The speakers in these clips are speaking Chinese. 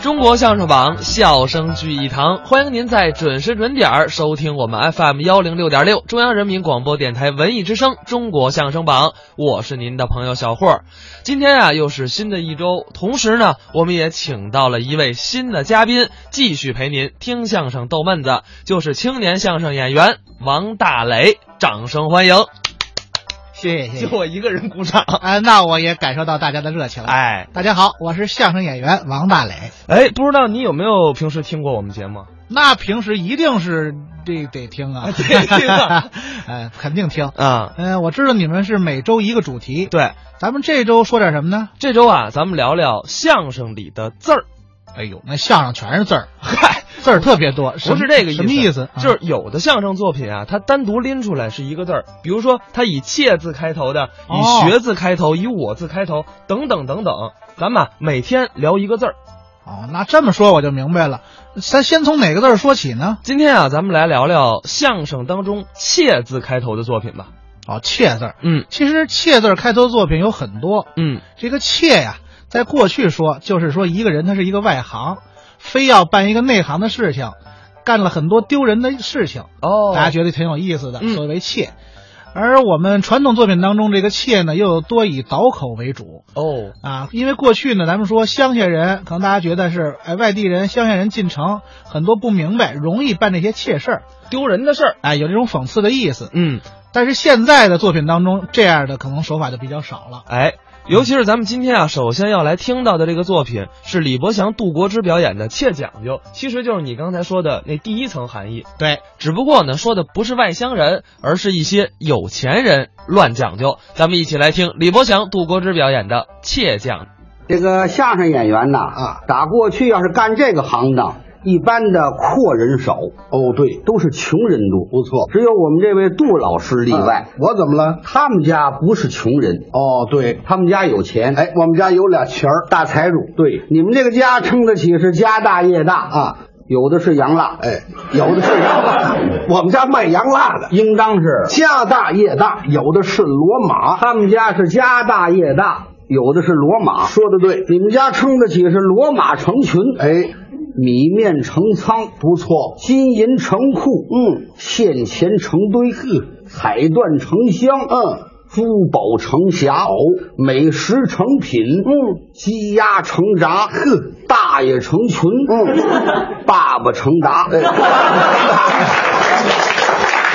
中国相声榜，笑声聚一堂。欢迎您在准时准点儿收听我们 FM 幺零六点六，中央人民广播电台文艺之声《中国相声榜》，我是您的朋友小霍儿。今天啊，又是新的一周，同时呢，我们也请到了一位新的嘉宾，继续陪您听相声逗闷子，就是青年相声演员王大雷，掌声欢迎！谢谢谢 就谢。我一个人鼓掌，啊，那我也感受到大家的热情了。哎。大家好，我是相声演员王大磊。哎，不知道你有没有平时听过我们节目？那平时一定是这得听啊， 得听啊 哎，肯定听。啊，嗯、我知道你们是每周一个主题，对，咱们这周说点什么呢？这周啊，咱们聊聊相声里的字儿。哎呦，那相声全是字儿，嗨，字儿特别多，什不是这个意思，什么意思？就是啊、有的相声作品啊，它单独拎出来是一个字儿，比如说它以“妾”字开头的，哦以“学”字开头，以“我”字开头，等等等等。咱们啊，每天聊一个字儿。哦，那这么说我就明白了。咱先从哪个字儿说起呢？今天啊，咱们来聊聊相声当中“妾”字开头的作品吧。哦，妾字儿。嗯其实妾字儿开头作品有很多，嗯，这个妾呀，在过去说就是说一个人他是一个外行，非要办一个内行的事情，干了很多丢人的事情，哦，大家觉得挺有意思的，嗯所以为妾。而我们传统作品当中，这个妾呢，又多以倒口为主哦，啊，因为过去呢，咱们说乡下人，可能大家觉得是哎外地人、乡下人进城，很多不明白，容易办这些妾事儿，丢人的事儿。哎，有这种讽刺的意思。嗯，但是现在的作品当中，这样的可能手法就比较少了。哎，尤其是咱们今天啊，首先要来听到的这个作品是李伯祥、杜国之表演的《妾讲究》，其实就是你刚才说的那第一层含义。对，只不过呢，说的不是外乡人，而是一些有钱人乱讲究。咱们一起来听李伯祥、杜国之表演的《妾讲》。这个相声演员呐，啊，打过去要是干这个行当，一般的阔人少，哦，对，都是穷人多。不错，只有我们这位杜老师例外啊，我怎么了？他们家不是穷人，哦，对，他们家有钱，哎，我们家有俩钱儿，大财主。对你们这个家撑得起是家大业大啊，有的是洋蜡，哎，有的是洋蜡， 我们家卖洋蜡的，应当是家大业大，有的是骡马，他们家是家大业大，有的是骡马。说的对，你们家撑得起是骡马成群，哎，米面成仓，不错，金银成库，嗯，现钱成堆，彩缎成箱，嗯，珠宝成匣，美食成品，嗯，鸡鸭成闸，哼，大爷成群，嗯，爸爸成达，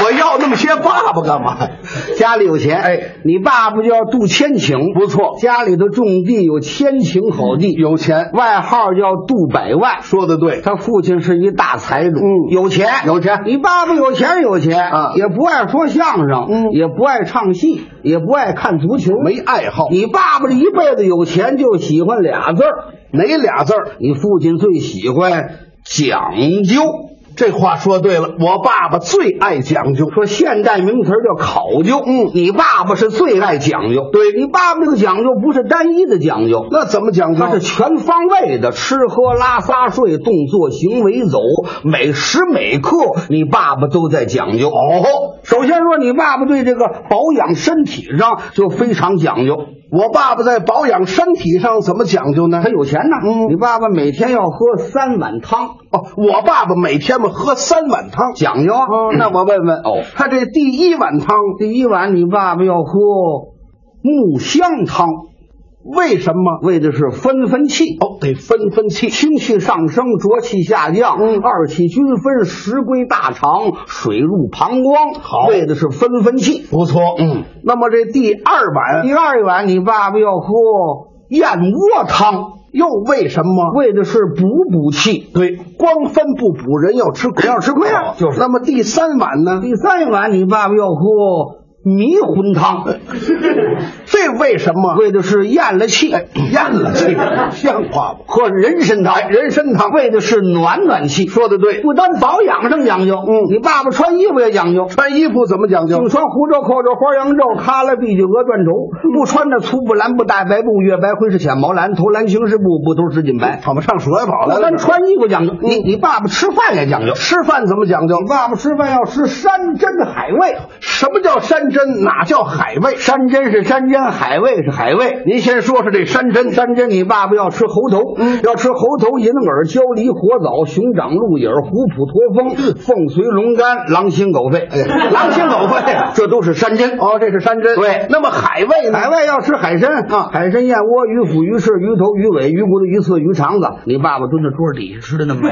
我要那么些爸爸干嘛呀？家里有钱，哎，你爸爸叫杜千顷，不错嗯家里头种地有千顷好地，有钱，外号叫杜百万，说的对，他父亲是一大财主，嗯有钱，有钱你爸爸有钱，有钱，啊也不爱说相声，嗯也不爱唱戏，也不爱看足球，没。爱好，你爸爸这一辈子有钱就喜欢俩字儿，哪俩字儿？你父亲最喜欢讲究。这话说对了，我爸爸最爱讲究，说现代名词儿叫考究，嗯，你爸爸是最爱讲究，对你爸爸这个讲究不是单一的讲究，那怎么讲究？它是全方位的，吃喝拉撒睡，动作行为走，每时每刻你爸爸都在讲究。哦，首先说你爸爸对这个保养身体上就非常讲究。我爸爸在保养身体上怎么讲究呢？他有钱呢，嗯你爸爸每天要喝三碗汤，哦，我爸爸每天嘛喝三碗汤，讲究啊。那我问问，哦他这第一碗汤第一碗你爸爸要喝木香汤，为什么？为的是分分气。哦，得分分气。清气上升，浊气下降，嗯二气均分，食归大肠，水入膀胱，好为的是分分气。不错，嗯，那么这第二碗第二碗你爸爸要喝燕窝汤，又为什么？为的是补补气。对，光分不补，人要吃亏，要吃亏啊哦就是那么第三碗呢？第三碗你爸爸要喝迷魂汤， 这为什么？哎为的是咽了气。咽了 气，像话吗？喝人参汤，人参汤为的是暖暖气。说的对，不单保养上讲究，嗯你爸爸穿衣服也讲究，穿衣服怎么讲净究？穿胡诌、扣诌、花洋皱、卡拉、碧酒、鹅缎绸，嗯不穿那粗布蓝布、大白布、月白灰是浅毛蓝，头蓝青石布，布头十锦白。好嘛，上水跑来了嗯不单这是。穿衣服讲究，你你爸爸吃饭也讲究。吃饭怎么讲究？你爸爸吃饭要吃山珍海味，什么叫山珍哪叫海味？山珍是山珍，海味是海味。您先说说这山珍，山珍，你爸爸要吃猴头，嗯要吃猴头、银耳、焦梨、火枣、熊掌、鹿眼、虎脯、驼峰、凤髓、龙肝、狼心狗肺。哎嗯 狼心狗肺这都是山珍。哦，这是山珍。对那么海味呢？海外要吃海参啊海参、燕窝、鱼腐、鱼翅、鱼头、鱼尾、鱼骨头、鱼刺、鱼肠子。你爸爸蹲在桌底下吃的那 么美，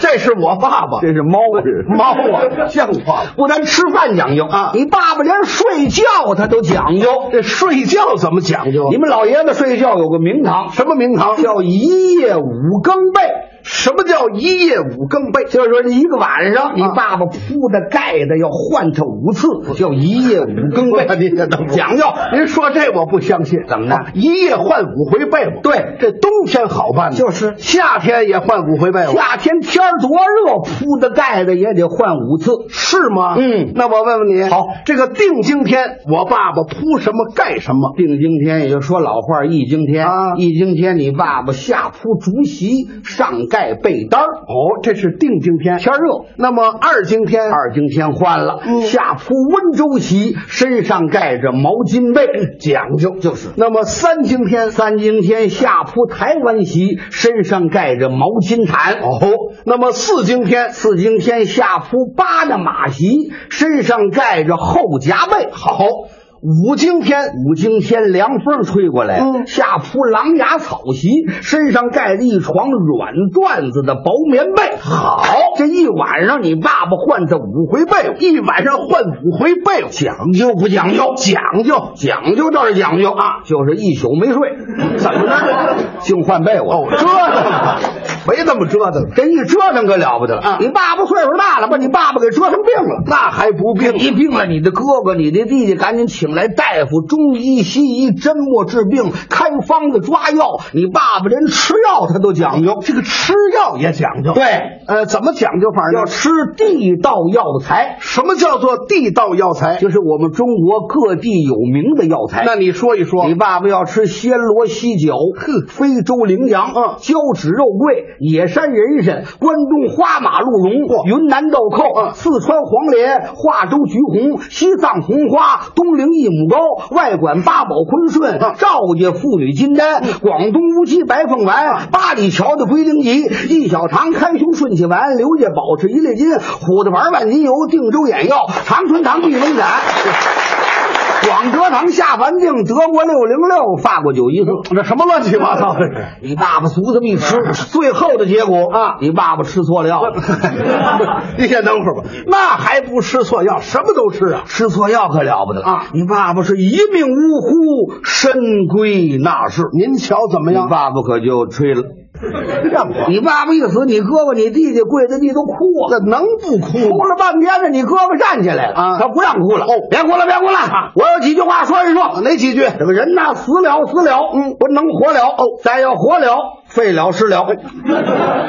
这是我爸爸，这是猫 猫啊，像话吗？不单吃饭讲究啊你爸爸连睡觉他都讲究。这睡觉怎么讲究啊？你们老爷子睡觉有个名堂，什么名堂？叫一夜五更被。什么叫一夜五更被？就是说，一个晚上，你啊爸爸铺的盖的要换他五次，叫一夜五 更被。您这等讲究，您说这我不相信。怎么呢啊一夜换五回被吗？对这冬天好办呢，就是夏天也换五回被吗？夏天天儿多热，铺的盖的也得换五次。是吗？嗯那我问问你，好，这个定经天，我爸爸铺什么盖什么？定经天，也就说老话儿易经天啊易经天，你爸爸下铺竹席，上盖被单儿。哦，这是定经天。天儿热，那么二经天，二经天换了，嗯下铺温州席，身上盖着毛巾被，讲究就是。那么三经天，三经天下铺台湾席，身上盖着毛巾毯。哦，那么四经天，四经天下铺八的马席，身上盖着厚夹被。好，五经天，五经天凉风吹过来，嗯下铺狼牙草席，身上盖着一床软缎子的薄棉被。好，这一晚上你爸爸换他五回被，一晚上换五回被，讲究不讲究？讲究。讲究倒是讲究啊，就是一宿没睡，怎么着？净换被窝。哦，折腾，没这么折腾，这一折腾可了不得啊你爸爸岁数大了，把你爸爸给折腾病了。那还不病？啊一病了，你的哥哥、你的弟弟赶紧请来大夫，中医、西医、针墨治病，开方子、抓药。你爸爸连吃药他都讲究，这个吃药也讲究。，对，呃，怎么讲究法呢？要吃地道药材，什么叫做地道药材？就是我们中国各地有名的药材。那你说一说你。爸爸要吃暹罗犀角，哼，非洲羚羊，嗯交趾肉桂，野山人参，关东花马鹿茸，云南豆蔻，嗯四川黄连，化州橘红，西藏红花，东陵益母膏，外馆八宝坤顺，嗯赵家妇女金丹，广东无锡白凤丸，八里桥的龟苓集，一小肠开胸顺气丸，刘家保持一粒金，虎子丸万金油，定州眼药，长春堂避风散。广德堂下凡定，德国六零六，法国九一四。这什么乱七八糟的？这是你爸爸俗这么一吃，最后的结果啊你爸爸吃错了药， 你先等会儿吧，那还不吃错药，什么都吃啊？吃错药可了不得啊你爸爸是一命呜呼，深闺那世。您瞧怎么你样？爸爸可就吹了，让 我你爸爸一死，你哥哥、你弟弟跪在地都哭啊。这能不哭哭吗？了半天呢，你哥哥站起来了啊他不让哭了。哦啊别哭了，别哭了，我有几句话说一说。哪几句？这个人呐，死了死了，嗯，不能活了哦，再要活了，废了失 了。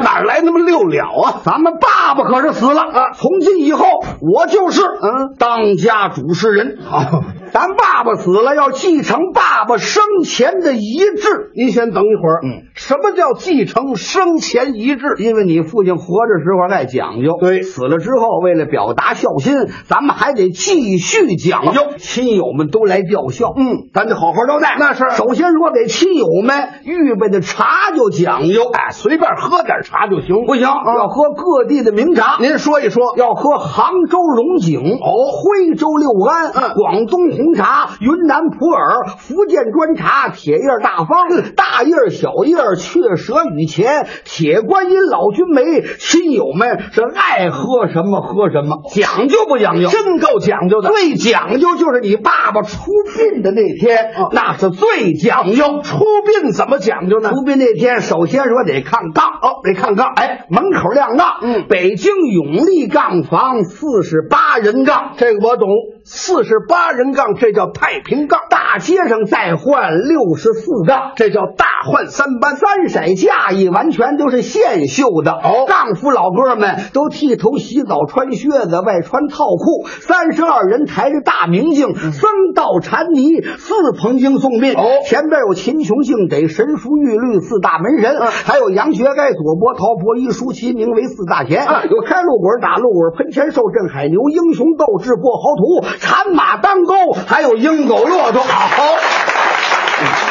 哪儿来那么六了哎啊？咱们爸爸可是死了啊！从今以后，我就是嗯当家主持人。啊好，咱爸爸死了，要继承爸爸生前的遗志。您先等一会儿。嗯，什么叫继承生前遗志？因为你父亲活着时候爱讲究，对死了之后为了表达孝心，咱们还得继续讲究。亲友们都来吊孝，嗯，咱得好好招待。那是首先说给亲友们预备的茶就讲究，哎，随便喝点茶就行。啊不行，要喝各地的名茶。您说一说，要喝杭州龙井、哦，徽州六安、嗯广东红茶、云南普洱、福建砖茶、铁叶大方、嗯大叶、小叶、雀舌雨前、铁观音、老君梅，亲友们是爱喝什么喝什么，讲究不讲究？真够讲究的。最讲究就是你爸爸出殡的那天，嗯那是最讲究。出殡怎么讲究呢？出殡那天，首先说得看杠哦，得看杠。哎，门口亮杠。嗯北京永利杠房四十八人杠，这个我懂。四十八人杠，这叫太平杠；大街上再换六十四杠，这叫大换三班。三色嫁衣完全都是现绣的。哦丈夫老哥们都剃头、洗澡、穿靴子，外穿套裤。三十二人抬着大明镜，僧道禅尼四捧经送殡。哦前边有秦琼、敬得、神书、玉律四大门神，还有杨学该、左伯、陶伯、一舒淇、名为四大贤。啊有开路滚、打路滚、喷泉兽、镇海牛、英雄斗志、破豪图、产马当钩，还有鹰狗骆驼。好。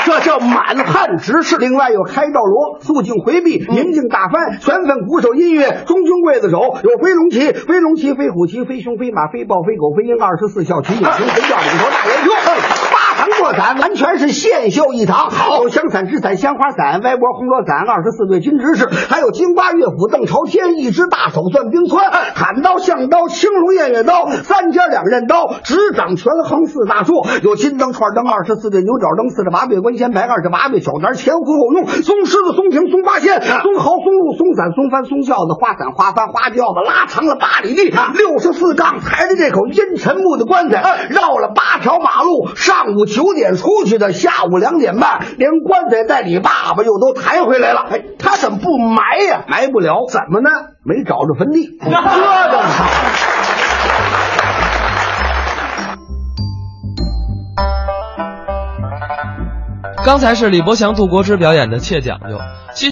这叫满汉直视。另外有开道锣、肃静回避、宁静大幡、旋粉鼓手音乐、中军刽子手，有飞龙旗、飞龙旗、飞虎旗、飞熊、飞马、飞豹、飞狗、飞鹰，二十四孝旗，有行肥轿、领头大元凶。八堂过伞，完全是现绣一堂。好，有香伞、纸伞、香花伞、歪脖红罗伞，二十四对军执事，还有京八乐府、邓朝天，一只大手攥冰川，砍刀、象刀、青龙偃月刀，三尖两刃刀，执掌权衡四大术，有金灯、串灯、二十四对牛角灯、四十八对观弦牌、二十八对小南、前呼后拥、松狮子、松亭、松八仙、松毫、松露、松伞、松帆、松轿子、花伞、花帆、花轿子，拉长了八里地，六十四杠抬着这口阴沉木的棺材，绕了八条马路，上午九点出去的，下午两点半，连棺材带你爸爸又都抬回来了。哎，他怎么不埋呀、埋不了，怎么呢？没找着坟 地，折腾他。刚才是李伯祥、杜国之表演的《切讲究》。其